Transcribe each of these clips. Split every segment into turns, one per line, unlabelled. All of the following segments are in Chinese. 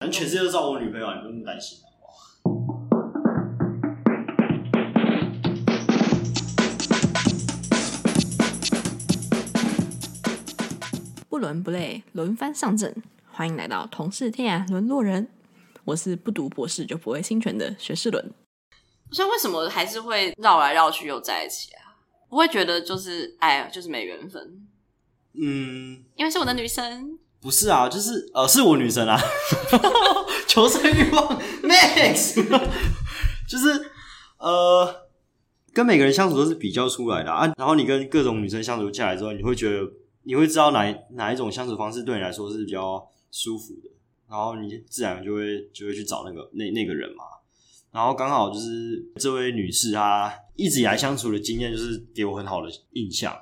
反正全世界都知道我女朋友啊，你不用担心啊。
不伦不类，轮番上阵。欢迎来到同是天涯沦落人，我是不读博士就不会侵权的学士伦。
所以为什么还是会绕来绕去又在一起啊？不会觉得就是哎，就是没缘分，
嗯，
因为是我的女神。
不是啊，就是呃，是我女神啊， 求生欲望 next，就是呃，跟每个人相处都是比较出来的啊。啊然后你跟各种女生相处下来之后，你会觉得你会知道哪一哪一种相处方式对你来说是比较舒服的，然后你自然就会就会去找那个那那个人嘛。然后刚好就是这位女士她一直以来相处的经验，就是给我很好的印象。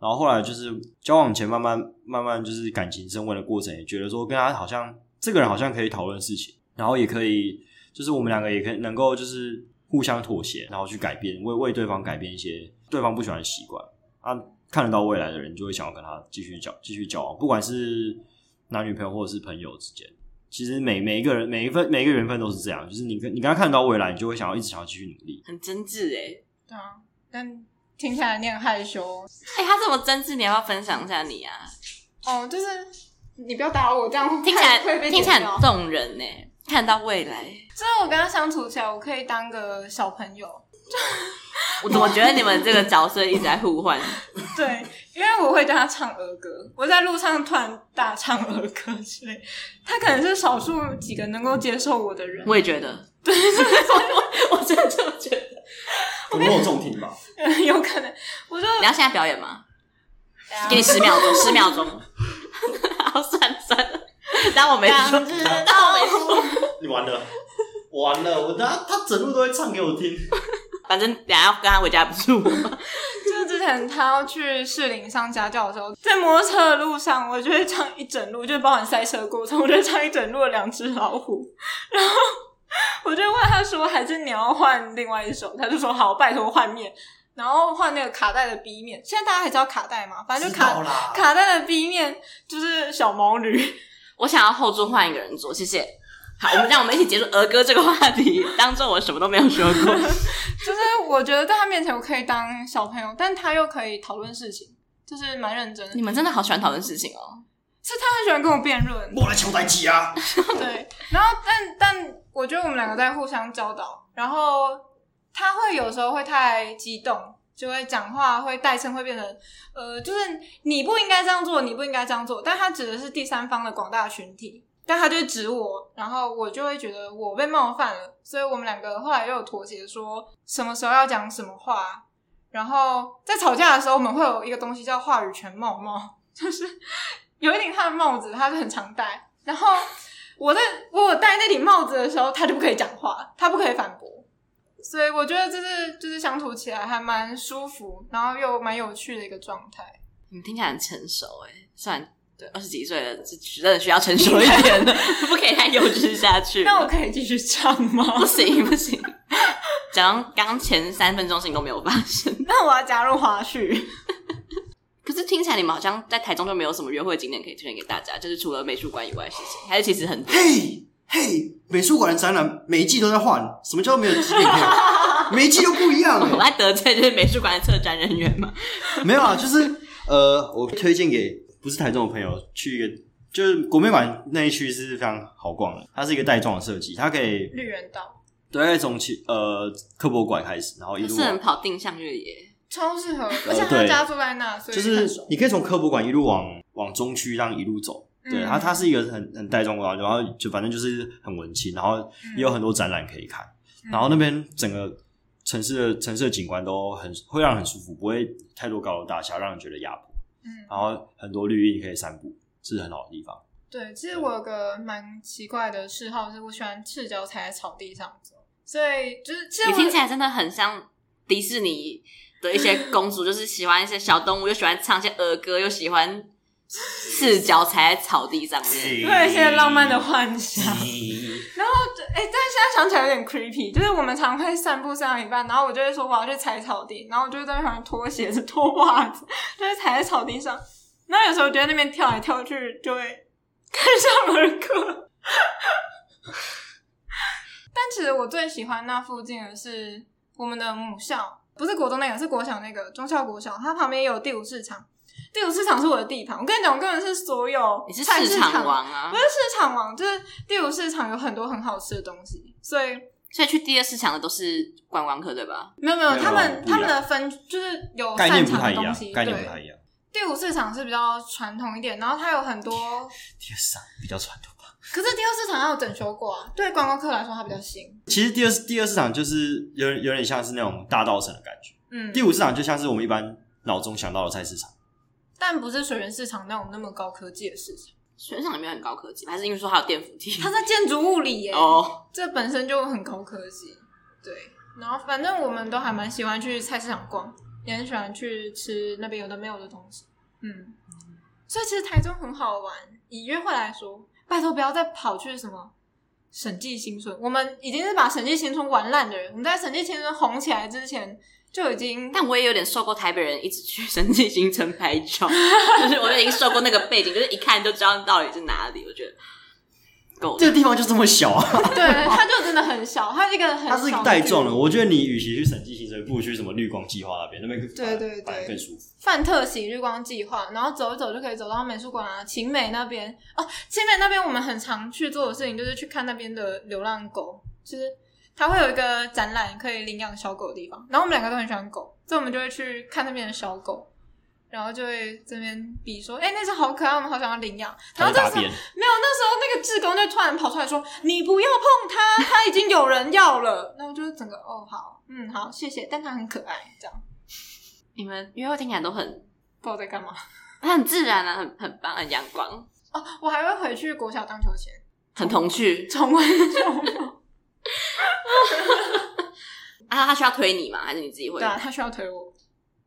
然后后来就是交往前慢慢慢慢就是感情升温的过程，也觉得说跟他好像这个人好像可以讨论事情，然后也可以就是我们两个也可以能够就是互相妥协，然后去改变为为对方改变一些对方不喜欢的习惯啊，看得到未来的人就会想要跟他继续交继续交往，不管是男女朋友或者是朋友之间，其实每每一个人每一份每一个缘分都是这样，就是你跟你跟他看得到未来，你就会想要一直想要继续努力。
很真挚哎、
对啊，但听起来你很害羞
哎、她这么真挚，你要不要分享一下你啊？
哦，就是你不要打扰我，这样
听起来
会被
听起来
剪掉
很动人呢、看到未来，
所以我跟他相处起来，我可以当个小朋友，
我怎么觉得你们这个角色一直在互换？
对，因为我会对他唱儿歌，我在路上突然大唱儿歌之类，他可能是少数几个能够接受我的人，
我也觉得， 对，我我真的这么觉 得。
不过重听吧，
有可能，我就
你要现在表演吗？给你十秒钟，十秒钟。 好，算了算了，当我没说，当我没说。
你完了，完了，我他他整路都会唱给我听。
反正等下要跟他回家不是我。
就是之前他要去士林上家教的时候，在摩托车的路上，我就会唱一整路，就是包含塞车的过程，我就会唱一整路的两只老虎。然后我就问他说：“还是你要换另外一首？”他就说：“好，拜托换面。”然后换那个卡带的 B 面，现在大家还知道卡带吗？反正就卡
啦
卡带的 B 面就是小毛驴，
我想要后座换一个人坐，谢谢。好，我们让我们一起结束儿歌这个话题，当做我什么都没有说过。
就是我觉得在他面前我可以当小朋友，但他又可以讨论事情，就是蛮认真 的。
你们真的好喜欢讨论事情哦。
是他很喜欢跟我辩论，
我来求代机啊！
对，然后但但我觉得我们两个在互相教导，然后他会有时候会太激动，就会讲话会代称会变成呃，就是你不应该这样做，你不应该这样做，但他指的是第三方的广大群体，但他就会指我，然后我就会觉得我被冒犯了，所以我们两个后来又有妥协说什么时候要讲什么话。然后在吵架的时候，我们会有一个东西叫话语权帽帽，就是有一顶他的帽子，他是很常戴。然后我在我有戴那顶帽子的时候，他就不可以讲话，他不可以反驳。所以我觉得这是就是相处起来还蛮舒服，然后又蛮有趣的一个状态。
你们听起来很成熟哎，虽然对二十几岁了，这真的需要成熟一点的， 不可以太幼稚下去。
那我可以继续唱吗
不？行不行，讲到刚前三分钟事情都没有发生。
那我要加入华胥。
可是听起来你们好像在台中就没有什么约会景点可以推荐给大家，就是除了美术馆以外的事情，还是其实很多。
嘿，嘿，美术馆的展览每一季都在换，什么叫没有基本 面？每一季都不一样
我
欸、
在得罪就是美术馆的策展人员嘛。
没有啊，就是呃，我推荐给不是台中的朋友去一个，就是国美馆那一区是非常好逛的，它是一个带状的设计，它可以
绿园岛
大概从其呃科博馆开始，然后哦一
不
路啊
是
往
很跑定向越野，
超适合，而且他
对
家住在那，所以
呃就是
很熟
你可以从科博馆一路往往中区这样一路走。对，
嗯
它它是一个很很带状的，然后就反正就是很文青，然后也有很多展览可以看，
嗯
然后那边整个城市的城市的景观都很会让人很舒服，不会太多高楼大厦，让人觉得压迫。
嗯，
然后很多绿意可以散步，是很好的地方。
对，其实我有个蛮奇怪的嗜好，是我喜欢赤脚踩在草地上走，所以就是其实
你
我
听起来真的很像迪士尼的一些公主，就是喜欢一些小动物，又喜欢唱一些儿歌，又喜欢赤脚踩在草地上面。
会有一些浪漫的幻想。 哎、但是现在想起来有点 creepy，就是我们常会散步散到一半，然后我就会说我要去踩草地，然后我就会在那旁边脱鞋子、脱袜子，就是踩在草地上。然后有时候我就在那边跳来跳去，就会看上儿歌。实我最喜欢那附近的是我们的母校，不是国中那个，是国小那个中校国小，它旁边有第五市场。第五市场是我的地盘，我跟你讲，我根本是所有
你是
菜
市
场
场，王啊
不是，市场王，就是第五市场有很多很好吃的东西，所以
所以去第二市场的都是观光客对吧？
没有没有，
没有
他们
不一样
他们的分就是有
概念
擅
不太一
长哦的东
样
西，，
概念不太
对。
一样。
第五市场是比较传统一点，然后它有很多，
第二市场比较传统吧。
可是第二市场它有整修过啊，对观光客来说它比较新。
其实第二第二市场就是有有点像是那种大道城的感觉，
嗯，
第五市场就像是我们一般脑中想到的菜市场。
但不是水源市场那种那么高科技的市场，
水上也没有很高科技吧，还是因为说它有电扶梯？
它在建筑物里耶，
哦，
这本身就很高科技。对，然后反正我们都还蛮喜欢去菜市场逛，也很喜欢去吃那边有的没有的东西。嗯，所以其实台中很好玩。以约会来说，拜托不要再跑去什么审计新村，我们已经是把审计新村玩烂的人。我们在审计新村红起来之前就已经，
但我也有点受够台北人一直去神迹新城拍 照，就是我就已经受够那个背景，就是一看就知道到底是哪里。我觉得够
这
了，
个地方就这么小啊，
对，它就真的很小，它是一个 很小
它
的
是带状
地
的。
方
我觉得你与其去审计行程，不如去什么绿光计划那边，那边更
对对对
反而更舒服。
范特喜日光计划，然后走一走就可以走到美术馆啊，秦美那边哦，秦美那边我们很常去做的事情就是去看那边的流浪狗，就是它会有一个展览可以领养小狗的地方，然后我们两个都很喜欢狗，所以我们就会去看那边的小狗，然后就会这边比说，哎、那只好可爱，我们好想要领养，
它
然后
会
这
大
时候
便，
没有，那时候那个志工就突然跑出来说：“你不要碰它，它已经有人要了。” 那我就整个哦好，嗯好，谢谢，但它很可爱，这样
你们约会听起来都很
不知道在干嘛。
很自然啊，很很棒，很阳光，
哦，我还会回去国小荡秋千，
很童趣
重温重温。
啊！他需要推你吗？还是你自己会
对？啊，他需要推我，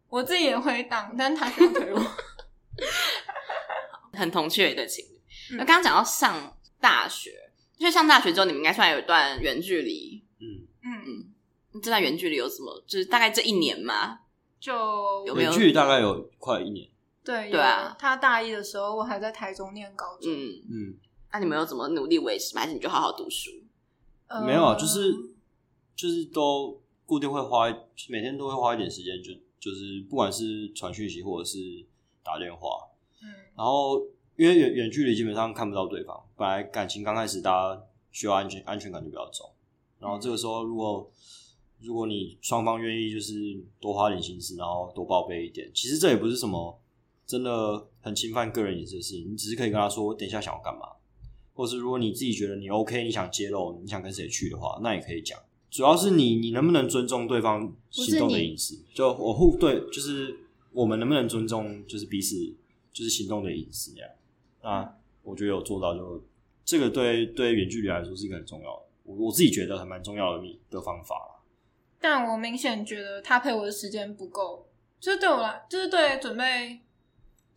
我自己也会荡，但他需要推我。
很童趣的一对情侣。
嗯
那刚刚讲到上大学，就是上大学之后，你们应该算有一段远距离。
嗯，
嗯，
这段远距离有什么？就是大概这一年嘛，
就
有没有
远距离大概有快一年。
对
对啊
有他大一的时候，我还在台中念高中。
嗯，
嗯，
那、你们有怎么努力维持吗？还是你就好好读书？
呃
没有啊，就是就是都固定会花，每天都会花一点时间，就就是不管是传讯息或者是打电话，
嗯
然后因为远远距离基本上看不到对方，本来感情刚开始大家需要安全安全感就比较重，然后这个时候如果如果你双方愿意就是多花点心思，然后多报备一点，其实这也不是什么真的很侵犯个人隐私的事情，你只是可以跟他说，我等一下想要干嘛，或是如果你自己觉得你 OK，你想揭露你想跟谁去的话，那也可以讲。主要是你你能不能尊重对方行动的隐私？就我互对，就是我们能不能尊重就是彼此就是行动的隐私呀？那我觉得有做到就这个对对远距离来说是一个很重要的，我我自己觉得还蛮重要的一个方法啦。
但我明显觉得他陪我的时间不够，就是对我来，就是对准备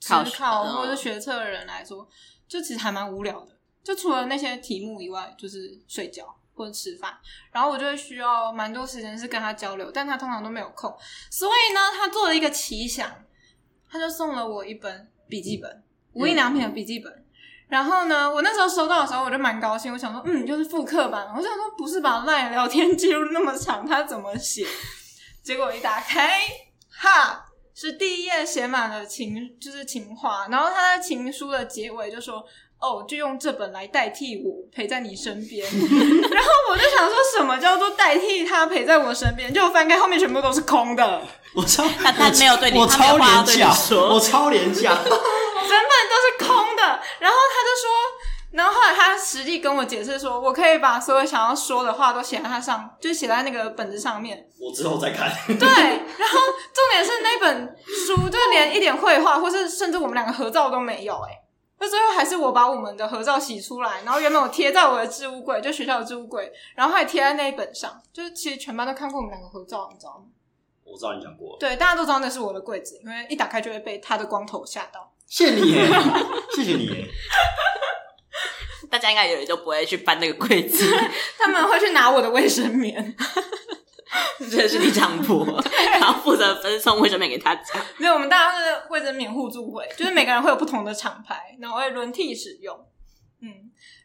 职
考试
考
嗯
或者是学测的人来说，就其实还蛮无聊的。就除了那些题目以外，就是睡觉或者吃饭，然后我就会需要蛮多时间是跟他交流，但他通常都没有空。所以呢，他做了一个奇想，他就送了我一本笔记本，无印良品的笔记本。然后呢，我那时候收到的时候，我就蛮高兴，我想说，嗯，就是复刻版。我想说，不是吧？赖聊天记录那么长，他怎么写？ 结果一打开，哈，是第一页写满了情，就是情话。然后他在情书的结尾就说：“哦，就用这本来代替我，陪在你身边。”然后我就想说什么叫做代替他陪在我身边？就翻开后面全部都是空的，
我超
他他没有对你
我
他没有
超
话
廉
要对你
价，
说
我超廉价。
整本都是空的。然后他就说。然后后来他实际跟我解释说，我可以把所有想要说的话都写在他上，就写在那个本子上面。
我之后再看。
对，然后重点是那本书，就连一点绘画，或是甚至我们两个合照都没有、欸，哎，那最后还是我把我们的合照洗出来，然后原本我贴在我的置物柜，就学校的置物柜，然后还贴在那一本上，就是其实全班都看过我们两个合照，你知道吗？
我知道你讲过了，
对，大家都知道那是我的柜子，因为一打开就会被他的光头吓到。
谢谢你 耶，谢谢你耶。
大家应该有人就不会去翻那个柜子，
他们会去拿我的卫生棉，
真的是立场婆，然后负责分送卫生棉给大家。
没有，我们 大家是卫生棉互助会，就是每个人会有不同的厂牌，然后会轮替使用。嗯，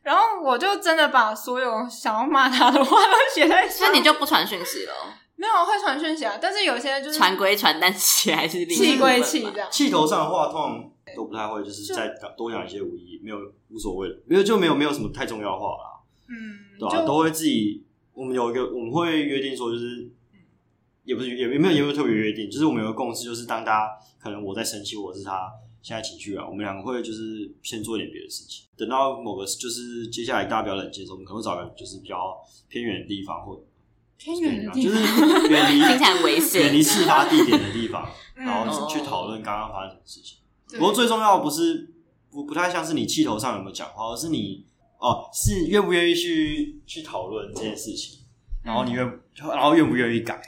然后我就真的把所有想要骂他的话都写在
所
上
以
面。
你就不传讯息了，
没有会传讯息啊，但是有些就是
传归传，但气还是另一
气
部分
归
嘛
气这样。
气头上的话，通常都不太会，就是再多讲一些无意义，没有无所谓的，因为就没有没有什么太重要的话啦，
嗯，
对吧、
就
都会自己，我们有一个，我们会约定说，就是也不是也也没有也没有特别约定，就是我们有个共识，就是当大家可能我在生气，或者是他现在情绪啊，我们两个会就是先做一点别的事情，等到某个就是接下来大家比较冷静的时候，我们可能会找个就是比较偏远的地方，或
偏远的地
就
方，
是远离
听起来很危险
远离事发地点的地方，
嗯
然后
哦
去讨论刚刚发生什么事情。
对
不过最重要的不是不不太像是你气头上有没有讲话，而是你哦是愿不愿意去去讨论这件事情，然后你愿
嗯
然后愿不愿意改，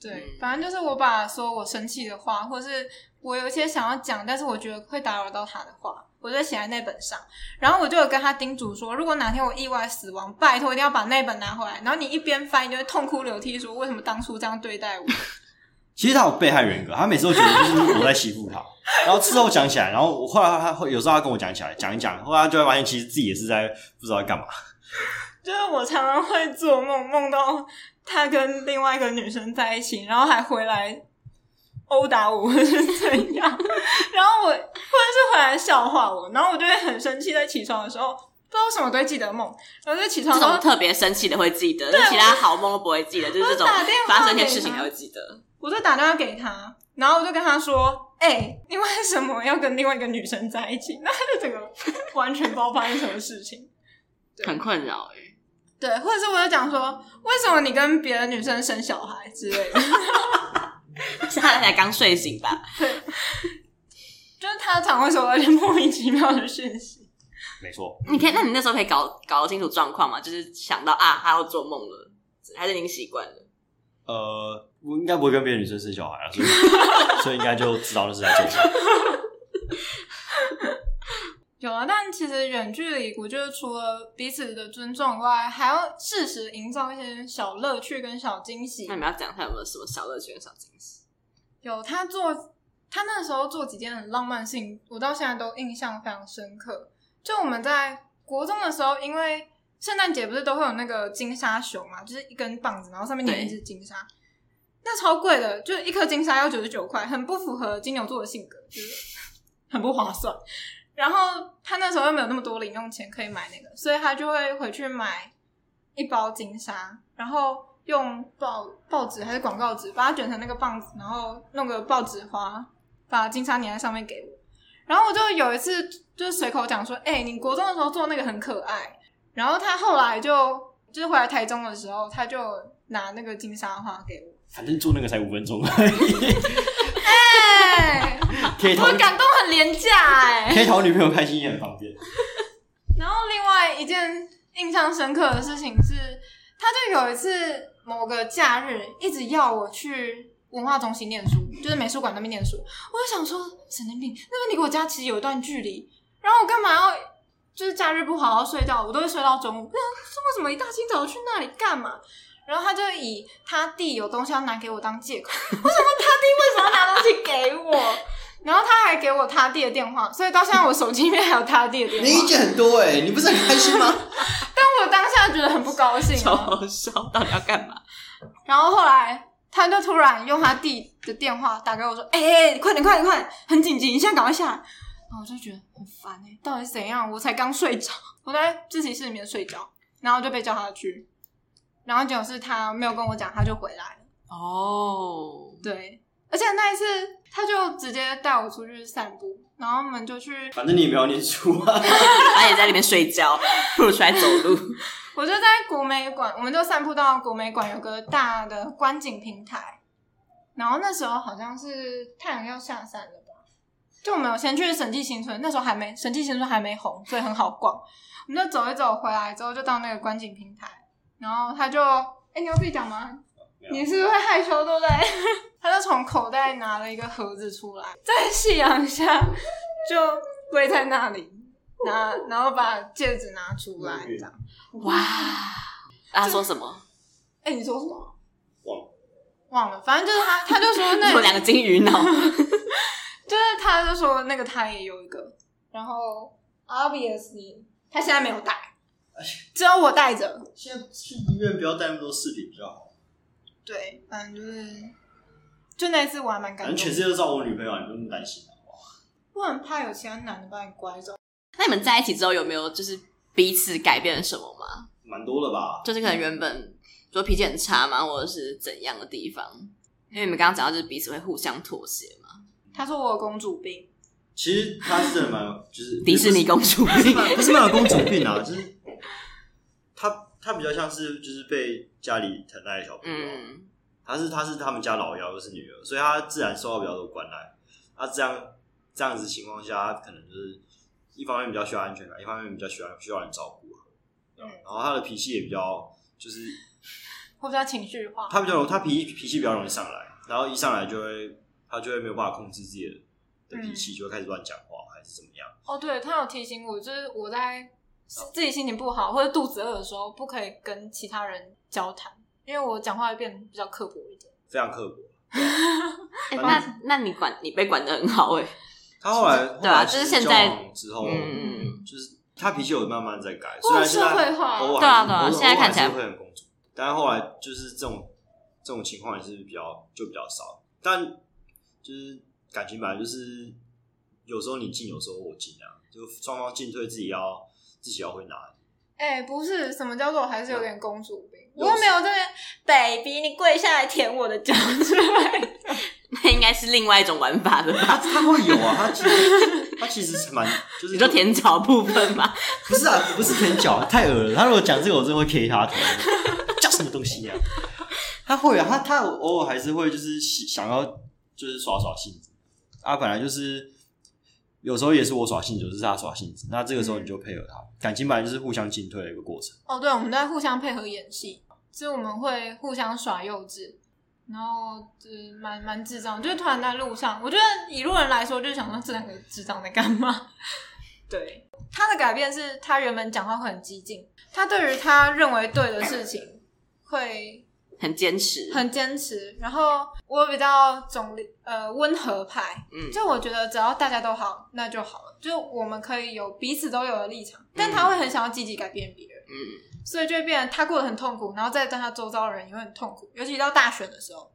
对
嗯，
反正就是我把所有我生气的话，或是我有一些想要讲，但是我觉得会打扰到他的话，我就写在那本上。然后我就有跟他叮嘱说，如果哪天我意外死亡，拜托一定要把那本拿回来。然后你一边翻，你就会痛哭流涕，说为什么当初这样对待我？
其实他有被害人格，他每次都觉得就是我在欺负他，然后事后讲起来，然后我后来他会有时候他跟我讲起来讲一讲，后来他就会发现其实自己也是在不知道在干嘛。
就是我常常会做梦，梦到他跟另外一个女生在一起，然后还回来殴打我，或是怎样，然后我或者是回来笑话我，然后我就会很生气，在起床的时候。不知道为什么我都会记得梦，然后就起
这
床的时
种
候
特别生气的会记得，其他好梦都不会记得，就是这种
我打电话
发生一些事情才会记得。
我就打电话给他，然后我就跟他说：“哎、你为什么要跟另外一个女生在一起？”那他就整个完全不知道发生什么事情。对
很困扰哎、
对，或者是我就讲说：“为什么你跟别的女生生小孩之类的
欸，是他才刚睡醒 吧？？”
就是他常会收到一些莫名其妙的讯息。
没错，
你可以，那你那时候可以搞搞清楚状况吗？就是想到啊，他要做梦了，还是您习惯了？
呃，我应该不会跟别的女生生小孩啊，所以所以应该就知道那是在做什么。
有啊，但其实远距离，我觉得除了彼此的尊重以外，还要适时营造一些小乐趣跟小惊喜。
那你们要讲一下有没有什么小乐趣、小惊喜？
有他做，他那时候做几件很浪漫的事情，我到现在都印象非常深刻。就我们在国中的时候，因为圣诞节不是都会有那个金沙熊嘛，就是一根棒子，然后上面粘一只金沙，那超贵的，就是一颗金沙要九十九块，很不符合金牛座的性格，就是 很不划算。然后他那时候又没有那么多零用钱可以买那个，所以他就会回去买一包金沙，然后用报报纸还是广告纸把它卷成那个棒子，然后弄个报纸花把金沙粘在上面给我。然后我就有一次就随口讲说：“哎、你国中的时候做那个很可爱。”然后他后来就就是回来台中的时候，他就拿那个金沙花给我。
反正做那个才五分钟 而已，
哎、
可以讨
我感动很廉价哎、
可以讨女朋友开心也很方便。
然后另外一件印象深刻的事情是，他就有一次某个假日一直要我去文化中心念书， 就是美术馆那边念书。我就想说，神经病，那边离我家其实有一段距离，然后我干嘛要就是假日不好好睡觉，我都会睡到中午。我想说为什么一大清早去那里干嘛？然后他就以他弟有东西要拿给我当借口， 我想说他弟为什么要拿东西给我？ 然后他还给我他弟的电话，所以到现在我手机里面还有他弟的电话。
见很多哎、你不是很开心吗？
但 我当下觉得很不高 兴
超
啊。
好笑，到底要干嘛？
然后后来他就突然用他弟的电话打给我说：“哎、哎、快点，快点，快点，很紧急，你现在赶快下来。”然后我就觉得很烦哎、到底是怎样？我才刚睡着，我在自习室里面睡觉，然后就被叫他去，然后结果是他没有跟我讲，他就回来了。
哦，
对，而且那一次他就直接带我出去散步，然后我们就去
反正你也没有念书啊，
他也在里面睡觉，不如出来走路。
我就在国美馆，我们就散步到国美馆有个大的观景平台，然后那时候好像是太阳要下山了吧，就我们有先去审计新村，那时候还没审计新村还没红，所以很好逛。我们就走一走，回来之后就到那个观景平台，然后他就，哎、你要自己讲吗？你是不是会害羞，对不对？ 他就从口袋拿了一个盒子出来，在夕阳下就跪在那里，拿然后把戒指拿出来，这样。
哇，那他说什么？
哎、你说什么？
忘了
忘了，反正就是他，他就说那
我们两个金鱼脑，
就是他就说那个他也有一个，然后 obviously 他现在没有带，
哎
只有我带着。
现在去医院不要带那么多饰品比较好，
对，反正就是，就那一次我还
反
蛮感
正
动
全
的。
世界都知道我女朋友，你不用那么担心啊。
我很怕有其他男的把你拐走，
那你们在一起之后有没有就是彼此改变了什么吗？
蛮多的吧？
就是可能原本说脾气很差嘛，或者是怎样的地方？因为你们刚刚讲到就是彼此会互相妥协嘛，
他说我有公主病，
其实她是真的蛮有，就是
迪士尼公主病，
不是蛮有公主病啊，就是她她比较像是就是被家里疼爱的小朋友，啊
嗯，
她是她是他们家老幺，又是女儿，所以她自然受到比较多关爱。她这样这样子情况下，她可能就是一方面比较需要安全感，一方面比较需要需要人照顾啊。对吧
嗯
然后她的脾气也比较，就是
我比较情绪化。
她比较容，她脾脾气比较容易上来，然后一上来就会她就会没有办法控制自己的的脾气，就会开始乱讲话还是怎么样。
哦，对他有提醒我，就是我在自己心情不好或者肚子饿的时候，不可以跟其他人交谈，因为我讲话会变得比较刻薄一点。
非常刻薄。
哎那那你管你被管的很好哎、
他后来
对啊
后来
就是现在
交往之后，
嗯，
就是他脾气有慢慢在改，
我
虽然
社
现在
会化
偶尔
对啊对啊
偶尔
现在看起来
偶尔还是会很公主，但是后来就是这种这种情况也是比较就比较少，但就是感情本来就是有时候你进，有时候我进啊，就双方进退自己要自己要会 拿。
哎、不是，什么叫做我还是有点公主病？
有
我又没有这边 baby，你跪下来舔我的脚之类的。
那应该是另外一种玩法的吧？
他会有啊，他其实他其实是蛮就是
你说舔脚部分吧？
不是啊，不是舔脚，太恶了。他如果讲这个，我真的会 K 他头。叫什么东西呀、啊？他会啊，他他偶尔还是会就是喜想要就是耍耍性子啊，本来就是有时候也是我耍性子，就是他耍性子。那这个时候你就配合他，感情本来就是互相进退的一个过程。
哦，对，我们在互相配合演戏，就是我们会互相耍幼稚，然后就是蛮蛮智障，就是突然在路上，我觉得以路人来说，就是想说这两个智障在干嘛？ 对，他的改变是他原本讲话会很激进，他对于他认为对的事情会
很坚持，
很坚持，然后我比较总理呃温和派，
嗯，
就我觉得只要大家都好，那就好了。就我们可以有彼此都有的立场，但他会很想要积极改变别人，
嗯，
所以就会变得他过得很痛苦，然后再跟他周遭的人也会很痛苦，尤其到大选的时候，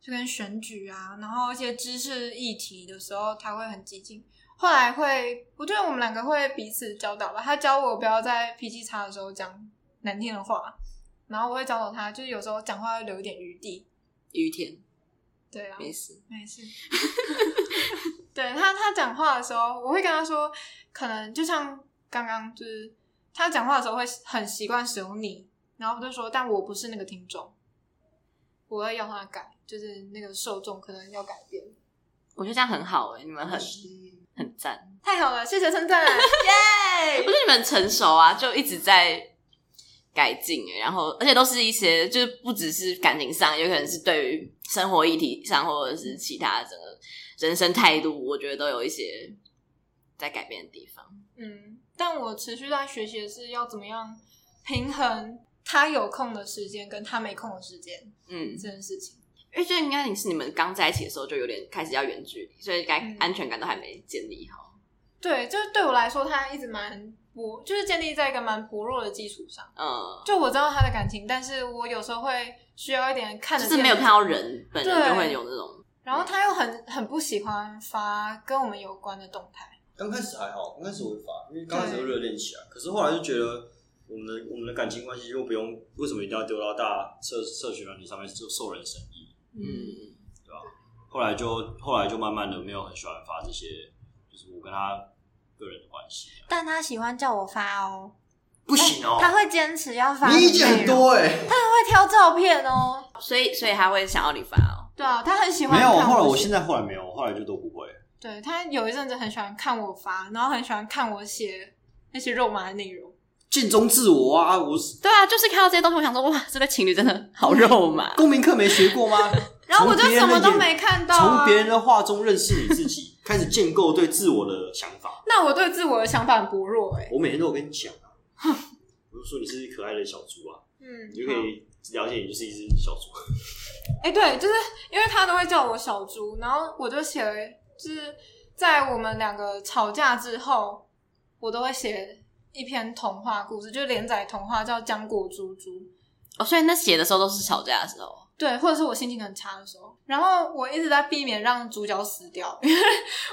就跟选举啊，然后一些知识议题的时候，他会很激进。后来会，我觉得我们两个会彼此教导吧。他教我不要在脾气差的时候讲难听的话，然后我会教导他，就是有时候讲话要留一点余地。
雨天
对啊，
没事，
没事。 对他，他讲话的时候，我会跟他说，可能就像刚刚，就是他讲话的时候会很习惯使用你，然后我就说，但我不是那个听众，我会要他改，就是那个受众可能要改变。
我觉得这样很好哎、你们很很赞，
太好了，谢谢称赞，
我
耶！
觉得你们很成熟啊，就一直在改进哎、然后而且都是一些就是不只是感情上，有可能是对于生活议题上，或者是其他整个人生态度，我觉得都有一些在改变的地方。
嗯，但我持续在学习的是要怎么样平衡他有空的时间跟他没空的时间
嗯，
这件事情。
因为就应该你是你们刚在一起的时候就有点开始要远距离，所以该
嗯
安全感都还没建立好。
对，就是对我来说，他一直蛮薄，就是建立在一个蛮薄弱的基础上。
嗯，
就我知道他的感情，但是我有时候会需要一点看
就
得
是
见，
没有看到。人本人
对
就会有那种，
然后他又很很不喜欢发跟我们有关的动态，
刚开始还好，刚开始我会发，因为
刚开始会
热恋起来，可是后来就觉得。我们的我们的感情关系又不用，为什么一定要丢到大社社群软体上面就受人审议？
嗯，
后来就后来就慢慢的没有很喜欢发这些，就是我跟他个人的关系、啊。
但他喜欢叫我发哦，
不行哦、
哎他会坚持要发，
你意见很，多哎、
他会挑照片哦。
所以所以他会想要你发哦，
对啊，他很喜欢
没
看
有，
我
后来我
写
现在后来没有，后来就都不会。
对他有一阵子很喜欢看我发，然后很喜欢看我写那些肉麻的内容。
尽忠自我啊！我是
对啊，就是看到这些东西，我想说哇，这对情侣真的好肉麻，
公民课没学过 吗？
然后我就
从别
什
人的
么都
眼
没看到、啊，
从别人的话中认识你自己，开始建构对自我的想法。
啊那我对自我的想法很薄弱哎、
我每天都有跟你讲啊，我就说你是可爱的小猪啊，
嗯，
你就可
好
以了解你就是一只小猪。
哎、对，就是因为他都会叫我小猪，然后我就写了，就是在我们两个吵架之后，我都会写一篇童话故事，就连载童话叫《浆果猪猪》。
哦，所以那写的时候都是吵架的时候。
对，或者是我心情很差的时候，然后我一直在避免让主角死掉，因为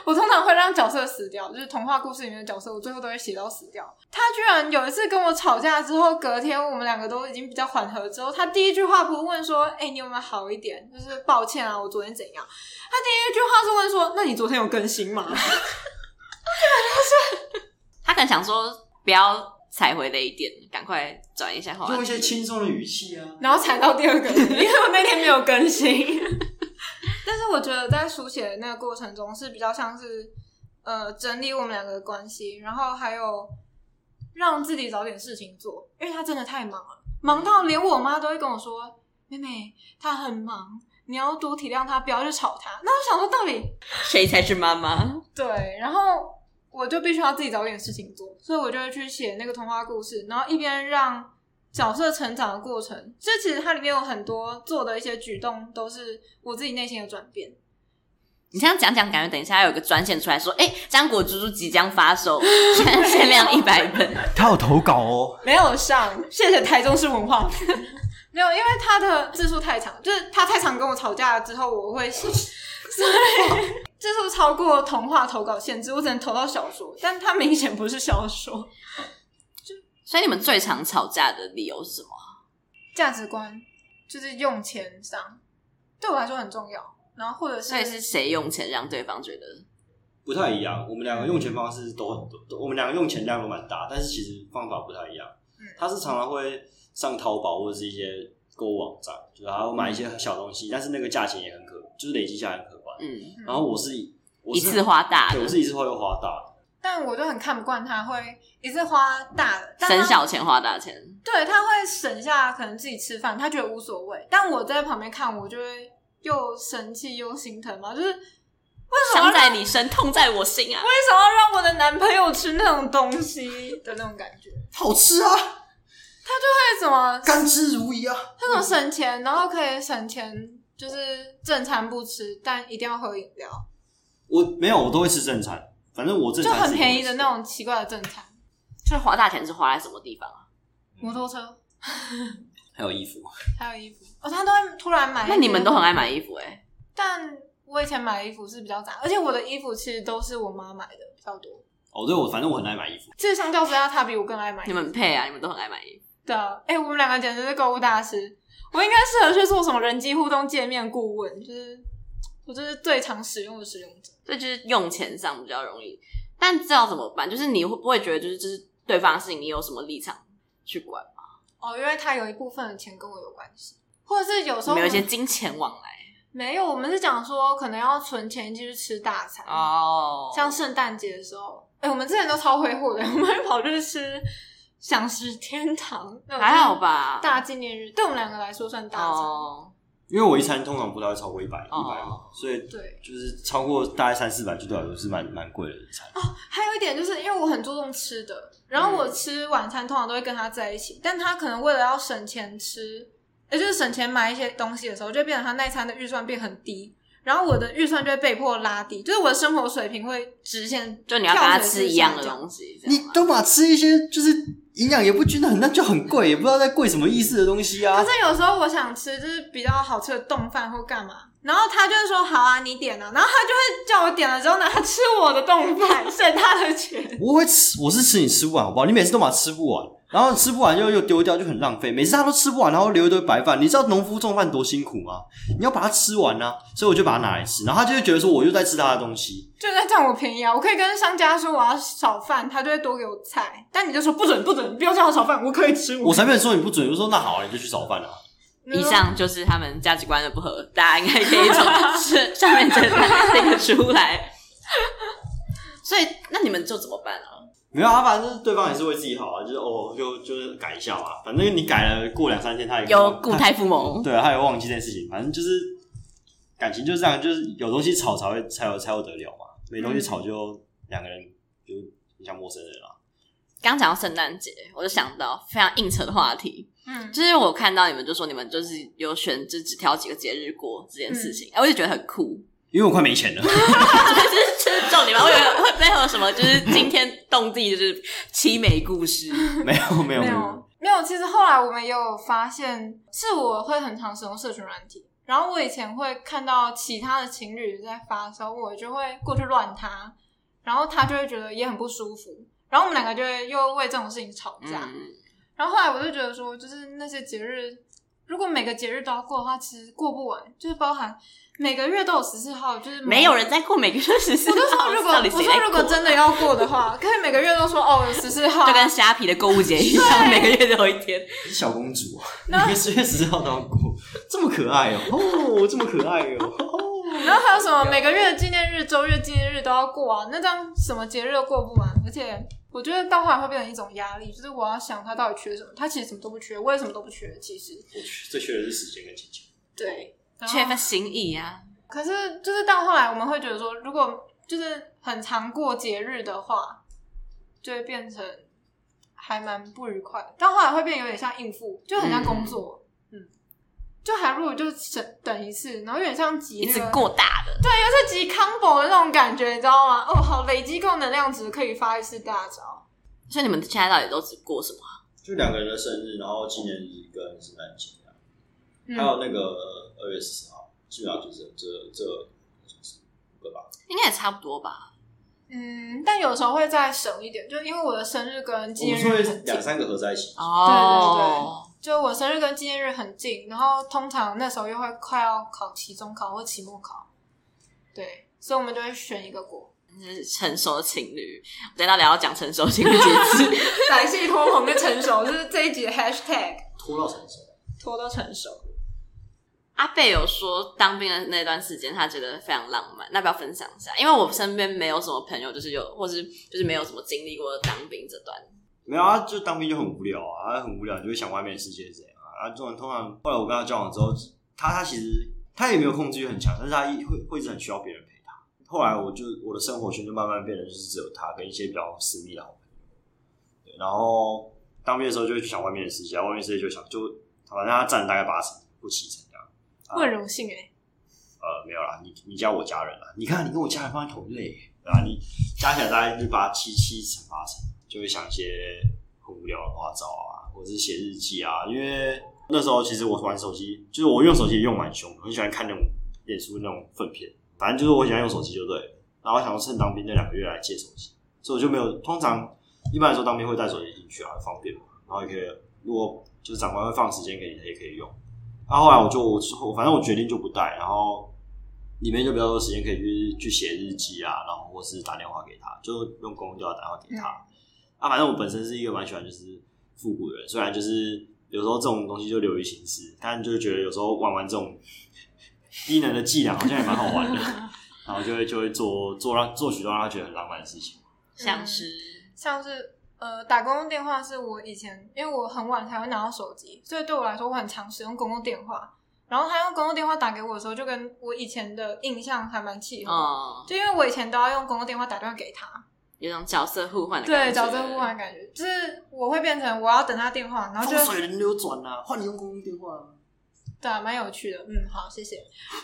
我通常会让角色死掉，就是童话故事里面的角色，我最后都会写到死掉。他居然有一次跟我吵架之后，隔天我们两个都已经比较缓和之后，他第一句话不是问说：“哎、你有没有好一点？”就是抱歉啊，我昨天怎样？他第一句话是问说：“那你昨天有更新吗？”
他可能想说不要踩回雷点，赶快转一下话
啊
用一
题。
些轻松的语气啊。
然后踩到第二个，因为我那天没有更新。但是我觉得在书写的那个过程中是比较像是呃整理我们两个的关系，然后还有让自己找点事情做，因为他真的太忙了，忙到连我妈都会跟我说：“妹妹，她很忙，你要多体谅她，不要去吵她。”那我想说，到底
谁才是妈妈？
对，然后我就必须要自己找点事情做，所以我就会去写那个童话故事，然后一边让角色成长的过程，这其实它里面有很多做的一些举动都是我自己内心的转变。
你这样讲讲，感觉等一下有个专线出来说，哎、浆果猪猪即将 发售，限限量一百本。
他有投稿哦，
没有上，谢谢台中市文化局。 没有，因为他的字数太长，就是他太常跟我吵架了之后，我会 所以字数超过童话投稿限制，我只能投到小说，但他明显不是小说，
所以你们最常吵架的理由是什么？
价值观就是用钱上，对我来说很重要。然后或者
所以
是
是谁用钱让对方觉得？
不太一样。我们两个用钱方式都很多，都我们两个用钱量都蛮大，但是其实方法不太一样
嗯。
他是常常会上淘宝或者是一些购物网站，就是他会买一些小东西，但是那个价钱也很可，就是累积下来很可观。
嗯，
然后我是我
一
是
次花大
对，我
的，
是一次会花大的。
但我就很看不惯他会一次花大的，但他
省小钱花大钱。
对，他会省下可能自己吃饭，他觉得无所谓。但我在旁边看，我就会又生气又心疼嘛，就是为什么
伤
要让
在你身，痛在我心啊！
为什么要让我的男朋友吃那种东西的那种感觉？
好吃啊，
为什么
甘之如饴啊。
那
嗯
种省钱，然后可以省钱，就是正餐不吃，但一定要喝饮料，
我没有，我都会吃正餐，反正我正
就
餐
很
是
便宜的
我会吃
那。种奇怪的正餐，
就是花大钱是花在什么地方啊？
摩托车
还有衣服，
还有衣服哦，他都会突然买。
那你们都很爱，买衣服哎、
但我以前买的衣服是比较杂，而且我的衣服其实都是我妈买的比较多。
哦，对，我反正我很爱买衣服。
这相较之下，他比我更爱买。
你们配啊，你们都很爱买衣服。
对啊，哎、我们两个简直是购物大师。我应该适合去做什么人机互动界面顾问，就是我就是最常使用的使用者。
所以就是用钱上比较容易，但知道怎么办？就是你会不会觉得就是就是对方的事情，你有什么立场去管吗？
哦，因为他有一部分的钱跟我有关系，或者是有时
你
候
们有一些金钱往来
没有，我们是讲说可能要存钱进去吃大餐，
哦
像圣诞节的时候，哎、我们之前都超挥霍的，我们还跑去吃享食天堂，那种
还好吧？
大纪念日，对我们两个来说算大餐。
哦，
因为我一餐通常不太会超过一百一百嘛
哦，
所以
对
就是超过大概三四百，就对我来说是蛮蛮贵的一餐。
还有一点就是因为我很注重吃的，然后
嗯
我吃晚餐通常都会跟他在一起，但他可能为了要省钱吃，也就是省钱买一些东西的时候，就变成他那一餐的预算变很低，然后我的预算就会被迫拉低，就是我的生活水平会直线
就你要跟他吃一样的
西。
东西，这
你
样吗
都把吃一些就是营养也不均衡，那就很贵，也不知道在贵什么意思的东西啊
可。是有时候我想吃就是比较好吃的冻饭或干嘛，然后他就会说好啊，你点啊，然后他就会叫我点了之后呢，他吃我的冻 饭，省他的钱。
我会吃，我是吃你吃不完，好不好？你每次都把它吃不完，然后吃不完又又丢掉，就很浪费。每次他都吃不完，然后留一堆白饭。你知道农夫种饭多辛苦吗？你要把它吃完啊，所以我就把它拿来吃，然后他就会觉得说我又在吃他的东西。
就在占我便宜啊！我可以跟商家说我要少饭，他就会多给我菜，但你就说不准不准，不要叫我少饭，我可以吃
我才没有说你不准，我就说那好、啊，你就去找饭啊。
以上就是他们价值观的不合，大家应该可以从是 上面这这个出来。所以，那你们就怎么办啊？
没有啊，反正对方也是为自己好啊，就是哦，就就是改一下嘛。反正你改了，过两三天他也
有
哦
固
他
态附萌，
对，他也忘记这件事情。反正就是感情就是这样，就是有东西吵才会才有才有得了嘛。没
嗯
东西吵就两个人就很像陌生人了。
刚讲到圣诞节，我就想到非常硬扯的话题，
嗯，
就是我
嗯
看到你们就说你们就是有选，就只挑几个节日过这件事情，哎我就觉得很酷。
因为我快没钱了。
这是重点吗？我以为会背后有什么，就是惊天动地，就是凄美故事。
没有没有
没有，没有。其实后来我们也有发现，是我会很常使用社群软体。然后我以前会看到其他的情侣在发的时候，我就会过去乱他，然后他就会觉得也很不舒服，然后我们两个就会又为 这种事情吵架。
嗯，
然后后来我就觉得说，就是那些节日，如果每个节日都要过的话，其实过不完，就是包含每个月都有十四号，就是每
没有人在过每个月十四
我就
号
说，如果
到底
我
谁在
说如
过
果？真的要过的话，可以每个月都说哦十四号啊，
就跟虾皮的购物节一样，每个月都有一天。
你是小公主啊，每个十月十号都要过，这么可爱哦、哦，这么可爱 哦、哦
然后还有什么每个月的纪念日、周日纪念日都要过啊？那这样什么节日都过不完，而且我觉得到后来会变成一种压力，就是我要想他到底缺什么，他其实什么都不缺，我也什么都不缺，其实
最缺的是时间跟金钱。
对，然后
缺乏心意啊！
可是就是到后来我们会觉得说，如果就是很常过节日的话，就会变成还蛮不愉快的，但后来会变有点像应付，就很像工作，嗯。就还不如就等等一次，然后有点像集
一
那
次
个
过大的，
这集 combo 的那种感觉，你知道吗？哦，好，累积够能量值可以发一次大招。
所以你们现在到底都只过什么？
就两个人的生日，然后纪念日跟圣诞节啊，
嗯
还有那个二月十四号，基本上就是这这这五个吧。
应该也差不多吧。
嗯，但有时候会再省一点，就因为我的生日跟纪
我们
念
是
日
会
很近
两，三个合在一起，
哦，
就我生日跟纪念日很近，然后通常那时候又会快要考期中考或期末考，对，所以我们就会选一个 过。
就是成熟的情侣。我等一下聊到讲成熟情侣解 释。
百戏拖棚跟成熟，就是这一集的 hashtag
拖到什么时候？
拖到成熟。
阿贝有说当兵的那段时间，他觉得非常浪漫，那要不要分享一下？因为我身边没有什么朋友，就是有，或是就是没有什么经历过当兵这段。
没有啊，就当兵就很无聊啊，很无聊，就会想外面的世界是怎样啊。然后通常通常后来我跟他交往之后，他他其实他也没有控制欲很强，但是他一会会一直很需要别人陪他。后来我就我的生活圈就慢慢变得就是只有他跟一些比较私密的好朋友。对，然后当兵的时候就会去想外面的世界，外面世界就想就反正他占了大概八成或七成这样。啊
问荣幸哎、
呃，没有啦，你你加我家人啦，你看你跟我家人放在同类，对吧、你加起来大概就八七七乘八成，就会想一些很无聊的花招啊，或者是写日记啊。因为那时候其实我玩手机，就是我用手机也用蛮凶的，很喜欢看那种脸书那种粪片，反正就是我喜欢用手机就对了。然后想要趁当兵那两个月来借手机，所以我就没有。通常一般来说当兵会带手机进去啊，方便嘛。然后也可以，如果就是长官会放时间给你，也可以用。然啊后后来我就我之后，反正我决定就不带，然后里面就比较多时间可以去去写日记啊，然后或是打电话给他，就用公用电话打电话给他。
嗯
啊，反正我本身是一个蛮喜欢就是复古的人，虽然就是有时候这种东西就流于形式，但就觉得有时候玩玩这种低能的伎俩好像也蛮好玩的， 然后就会就会做做让做许多让他觉得很浪漫的事情。
像是
像是呃，打公共电话是我以前，因为我很晚才会拿到手机，所以对我来说我很常使用公共电话。然后他用公共电话打给我的时候，就跟我以前的印象还蛮契合。
嗯，
就因为我以前都要用公共电话打电话给他，
有种角色互换的
对，
感觉。
找这互换的感觉，就是我会变成我要等他电话，然后就
风水轮流转啊，换你用公用电话、啊。
对啊，蛮有趣的。嗯，好，谢谢。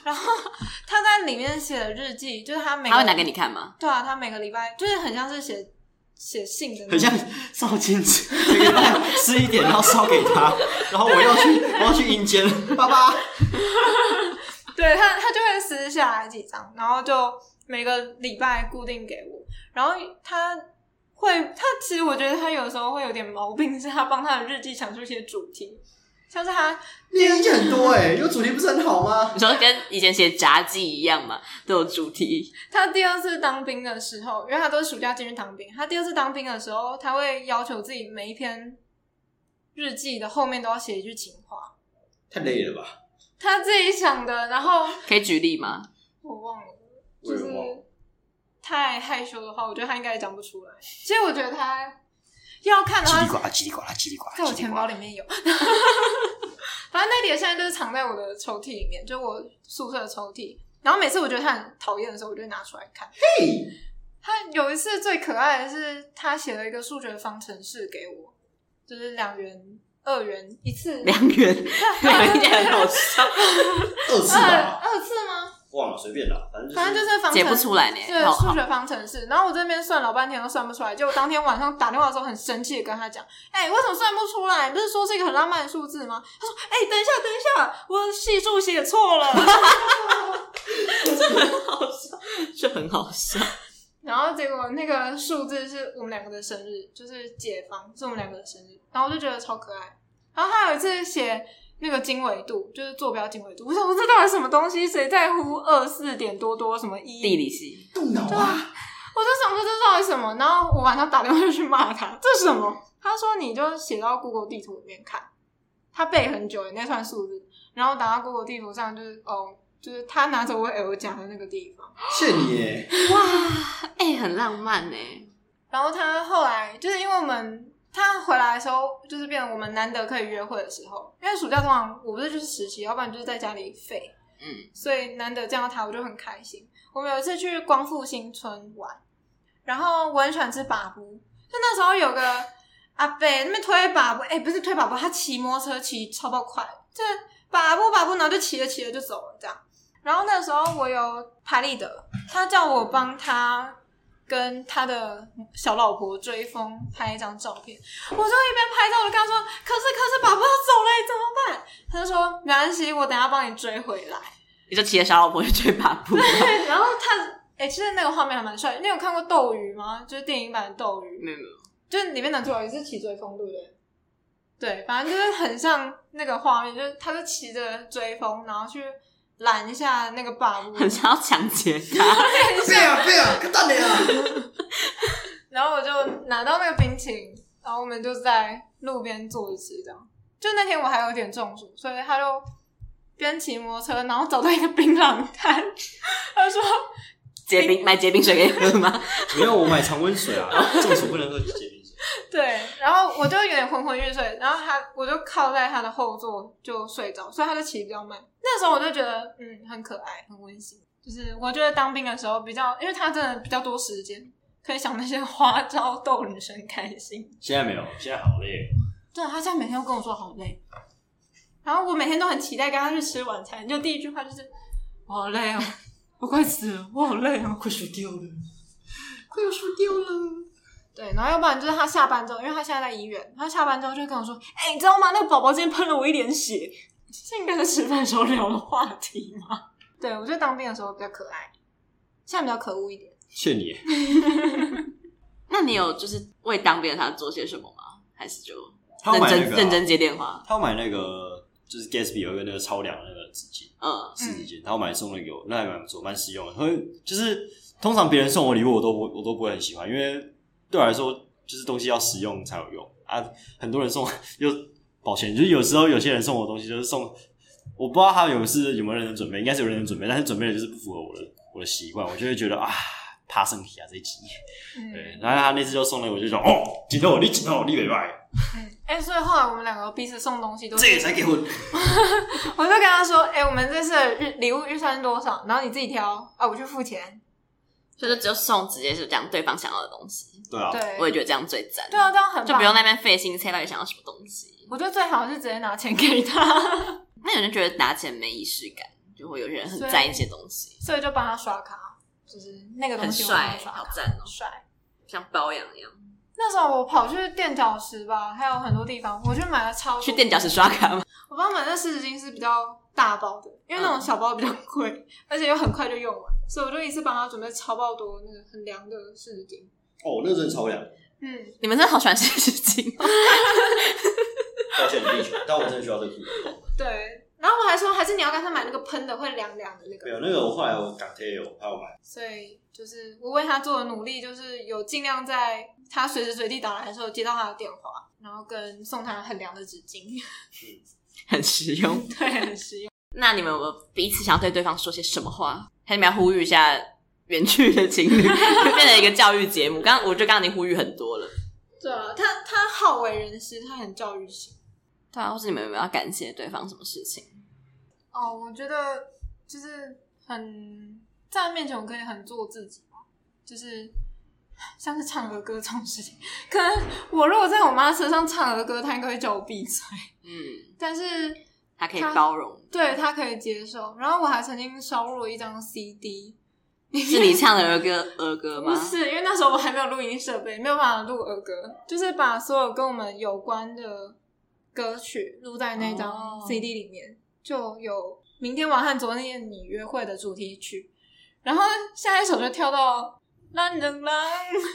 然后 他在里面写的日记，就是他每个
他会拿给你看吗？
对啊，他每个礼拜就是很像是写写信的那种，
很像烧金纸，每个蛋吃一点，然后烧给他，然后我要去，我要去阴间，爸爸。
对他，他就会撕下来几张，然后就每个礼拜固定给我。然后他会，他其实我觉得他有时候会有点毛病，是他帮他的日记想出一些主题，像是他
你的意见很多哎、有主题不是很好吗？
你说跟以前写杂技一样嘛，都有主题。
他第二次当兵的时候，因为他都是暑假进去当兵，他第二次当兵的时候，他会要求自己每一篇日记的后面都要写一句情话，
太累了吧？
他自己想的，然后
可以举例吗？
我忘了，
我
就
也
是
忘了
太害羞的话，我觉得他应该也讲不出来。其实我觉得他要看的
叽里呱
话，
啦，叽里呱啦，叽里呱啦，
在我钱包
里。
里面有。 反正那叠现在就是藏在我的抽屉里面，就我宿舍的抽屉。然后每次我觉得他很讨厌的时候，我就会拿出来看。
嘿，
他有一次最可爱的是，他写了一个数学方程式给我，就是两元、二元一次，
梁元，梁元一定很好笑。
二次
二
哦
吧，
二次吗？
忘了，随便啦，反正
哎反正就是方程
解不出来呢
对
好
数学方程式。然后我这边算老半天都算不出来，结果当天晚上打电话的时候很生气的跟他讲：“哎、为什么算不出来？你不是说是一个很浪漫的数字吗？”他说：“哎、等一下，等一下，我系数写错了。
就很好笑。”
然后结果那个数字是我们两个的生日，就是解放是我们两个的生日，然后我就觉得超可爱。然后他有一次写那个经纬度，就是坐标经纬度，我想说这到底什么东西？谁在乎二四点多多什么一？
地理系，
动脑啊，
我就想说这到底什么，然后我晚上打电话就去骂他，这是什么？他说你就写到 Google 地图里面看，他背很久欸的那串数字，然后打到 Google 地图上就是哦，就是他拿走我 L 讲的那个地方，
谢你欸耶，
哎、很浪漫欸呢、
然后他后来就是因为我们他回来的时候，就是变成我们难得可以约会的时候，因为暑假通常我不是就是实习，要不然就是在家里废，
嗯，
所以难得见到他，我就很开心。我们有一次去光复新村玩，然后我很喜欢吃粑粑，就那时候有个阿伯那边推粑粑，哎、不是推粑粑，他骑摩托车骑超爆快，这粑粑粑粑，然后就骑着骑着就走了这样。然后那时候我有拍立得，他叫我帮他跟他的小老婆追风拍一张照片，我就一边拍照，我就跟他说：“可是可是，粑粑要走了，你怎么办？”他就说：“没关系，我等下帮你追回来。”
你就骑着小老婆去追马步，
对，然后他，哎、其实那个画面还蛮帅。你有看过《斗鱼》吗？就是电影版的《斗鱼》，
没有没有，
就是里面男主角也是骑追风，对不对？对，反正就是很像那个画面，就是他就骑着追风，然后去拦一下那个霸 王。
很想要抢劫他。
废啊废啊，蛋你啊！
然后我就拿到那个冰淇淋，然后我们就在路边坐着吃，这样。就那天我还有点中暑，所以他就边骑摩托车，然后找到一个槟榔摊，他就说
结冰买结冰水给你喝吗？
没有，我买常温 水啊，中暑不能喝结冰水。
对，然后我就有点昏昏欲睡，然后他我就靠在他的后座就睡着，所以他就骑比较慢。那时候我就觉得，嗯，很可爱，很温馨。就是我觉得当兵的时候比较，因为他真的比较多时间，可以想那些花招逗女生开心。
现在没有，现在好累哦。
对，他现在每天都跟我说好累，然后我每天都很期待跟他去吃晚餐，就第一句话就是我好累哦， 我快死了，我好累哦，
快输掉了，
快要输掉了。对，然后要不然就是他下班之后，因为他现在在医院，他下班之后就跟我说：“哎、你知道吗？那个宝宝今天喷了我一脸血。”这应该是吃饭的时候聊的话题吗？对，我觉得当兵的时候比较可爱，现在比较可恶一点。
谢你欸耶。
那你有就是为当兵的他做些什么吗？还是就
他有
认
买
真、
那个啊
认真接电话？
他要买那个就是 Gatsby 有一个那个超凉的那个纸巾，
嗯，
湿纸巾，他要买送了给我，那还蛮不错，蛮实用的。会就是通常别人送我礼物，我都不我都不会很喜欢，因为对我来说就是东西要实用才有用啊。很多人送又抱歉，就是有时候有些人送我东西就是送，我不知道他有是有没有认真准备，应该是有认真准备，但是准备的就是不符合我的我的习惯，我就会觉得啊。怕身体啊，这一集
嗯
对，然后他那次就送了，我就说哦，紧到我，你紧到我，你没卖，
嗯，哎、所以后来我们两个彼此送东西都
这
是，
也才给我
我就跟他说：“哎、我们这次的日礼物预算是多少？然后你自己挑啊，我去付钱。
所以就只有送直接是这样对方想要的东西。
对啊，”
对，
我也觉得这样最赞，
对啊，这样很棒
就不用在那边费心猜到底想要什么东西。
我觉得最好是直接拿钱给他，
那有人觉得拿钱没仪式感，就会有 些人很
所以
在意一些东西，
所以就帮他刷卡，就是那个东
很
西我
帅
帮他，刷
好
卡，
赞哦，
帅。
像包养一样。
那时候我跑去垫脚石吧，还有很多地方，我去买了超多
去垫脚石。刷卡吗？
我帮他买那湿纸巾是比较大包的，因为那种小包比较贵，
嗯
而且又很快就用完，所以我就一次帮他准备超爆多那个很凉的湿纸巾。
哦，那真的超凉，
嗯，
你们真的好喜欢这件事 情，
抱歉，你地球，但我真的需要这个裤子。
对。然后我还说，还是你要跟他买那个喷的会凉凉的那
没
个。
有那个，我后来我港铁有，还有买。
所以就是我为他做的努力，就是有尽量在他随时随地打来的时候接到他的电话，然后跟送他很凉的纸巾，
很实用。
对，很实用。
那你们有没有彼此想要对对方说些什么话？还是你们要呼吁一下远去的情侣， 就变成一个教育节目？刚刚我觉得刚刚你呼吁很多了，
对啊，他他好为人师，他很教育型。
对啊，或是你们有没有要感谢对方什么事情？
哦，我觉得就是很在他面前我可以很做自己吧，就是像是唱儿歌这种事情。可能我如果在我妈车上唱儿歌，她应该会叫我闭嘴。
嗯，
但是
他可以
他
包容，
对他可以接受。然后我还曾经收录了一张 CD，
是你唱的儿歌儿歌吗
不？是，因为那时候我还没有录音设备，没有办法录儿歌，就是把所有跟我们有关的歌曲录在那张
哦
CD 里面，就有《明天晚和昨天你约会》的主题曲，然后下一首就跳到《啦啦啦》，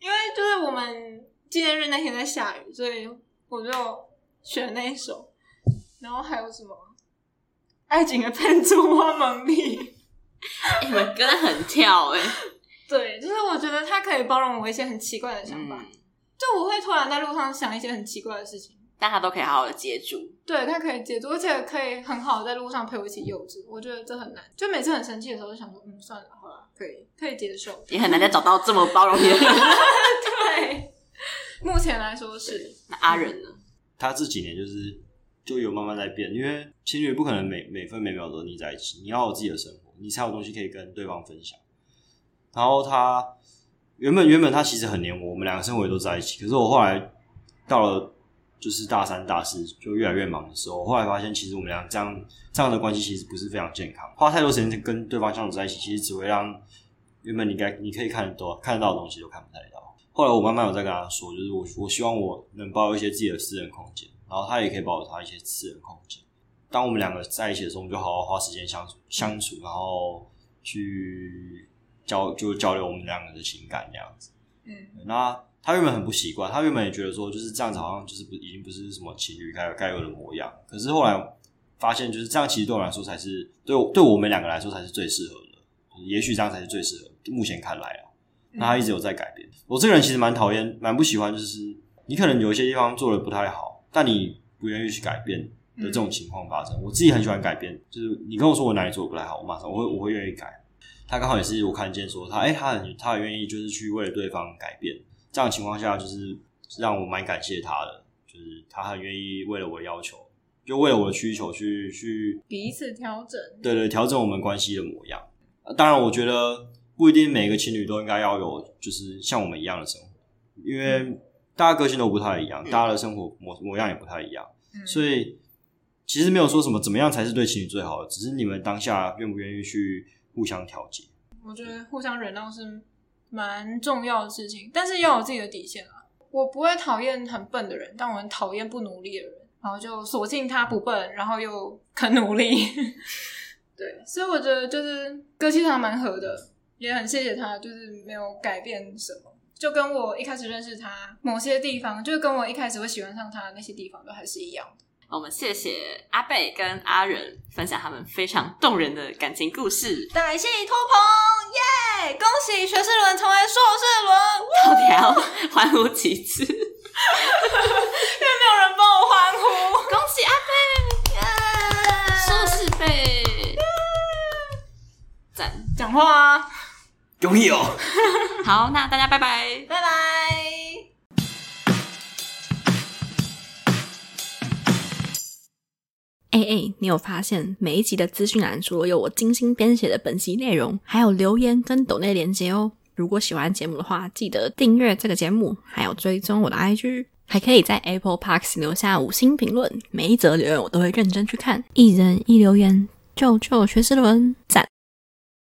因为就是我们纪念日那天在下雨，所以我就选那一首，然后还有什么？爱情的喷出花蒙里。
哎你们歌很跳 哎、
对，就是我觉得他可以包容我一些很奇怪的想法，
嗯，
就我会突然在路上想一些很奇怪的事情，
但他都可以好好的接住，
对他可以解读，而且可以很好地在路上陪我一起幼稚，我觉得这很难。就每次很生气的时候，就想说，嗯，算了，好了，可以，可以接受。
也很难再找到这么包容你的 人。
对，目前来说是，
那阿仁呢？
他这几年就是就有慢慢在变，因为情侣不可能每每分每秒都腻在一起，你要有自己的生活，你才有东西可以跟对方分享。然后他原本原本他其实很黏我，我们两个生活也都在一起，可是我后来到了就是大三大四就越来越忙的时候，我后来发现其实我们俩这样这样的关系其实不是非常健康，花太多时间跟对方相处在一起，其实只会让原本你该你可以看得到看得到的东西都看不太到。后来我慢慢有在跟他说，就是我我希望我能保有一些自己的私人空间，然后他也可以保有他一些私人空间。当我们两个在一起的时候，我们就好好花时间相处相处，然后去交就交流我们两个的情感这样子。
嗯，
那他原本很不习惯，他原本也觉得说就是这样子，好像就是不已经不是什么情侣该有该有的模样。可是后来发现，就是这样，其实对我来说才是对我对我们两个来说才是最适合的。也许这样才是最适合，目前看来啊。那他一直有在改变。我这个人其实蛮讨厌，蛮不喜欢，就是你可能有一些地方做的不太好，但你不愿意去改变的这种情况发生。我自己很喜欢改变，就是你跟我说我哪里做的不太好，我马上我会我会愿意改。他刚好也是我看见说他，哎、他很他很愿意就是去为了对方改变，这样的情况下就是让我蛮感谢他的，就是他很愿意为了我的要求，就为了我的需求去去
嗯彼此调整，
对对，调整我们关系的模样。呃当然，我觉得不一定每个情侣都应该要有，就是像我们一样的生活，因为大家个性都不太一样，
嗯
大家的生活模模样也不太一样，
嗯
所以其实没有说什么怎么样才是对情侣最好的，只是你们当下愿不愿意去互相调节。
我觉得互相忍让是蛮重要的事情，但是要有自己的底线啊。我不会讨厌很笨的人，但我很讨厌不努力的人。然后就索性他不笨，然后又肯努力。 对，所以我觉得就是歌气上蛮合的，也很谢谢他，就是没有改变什么。就跟我一开始认识他某些地方，就是跟我一开始会喜欢上他的那些地方都还是一样
哦
的。
我们谢谢阿贝跟阿仁分享他们非常动人的感情故事。
歹戏托棚，耶！恭喜学士伦成为硕士伦，
到底还要欢呼几次？恭
没有人帮我欢呼。
喜阿贝，硕士贝，赞！
讲话啊，
恭喜哦！
好，那大家拜拜。
拜拜。
哎哎，你有发现每一集的资讯栏除了有我精心编写的本集内容，还有留言跟抖内连接哦。如果喜欢节目的话，记得订阅这个节目，还有追踪我的 IG，还可以在 Apple Parks 留下五星评论，每一则留言我都会认真去看，一人一留言，救救学士伦，赞！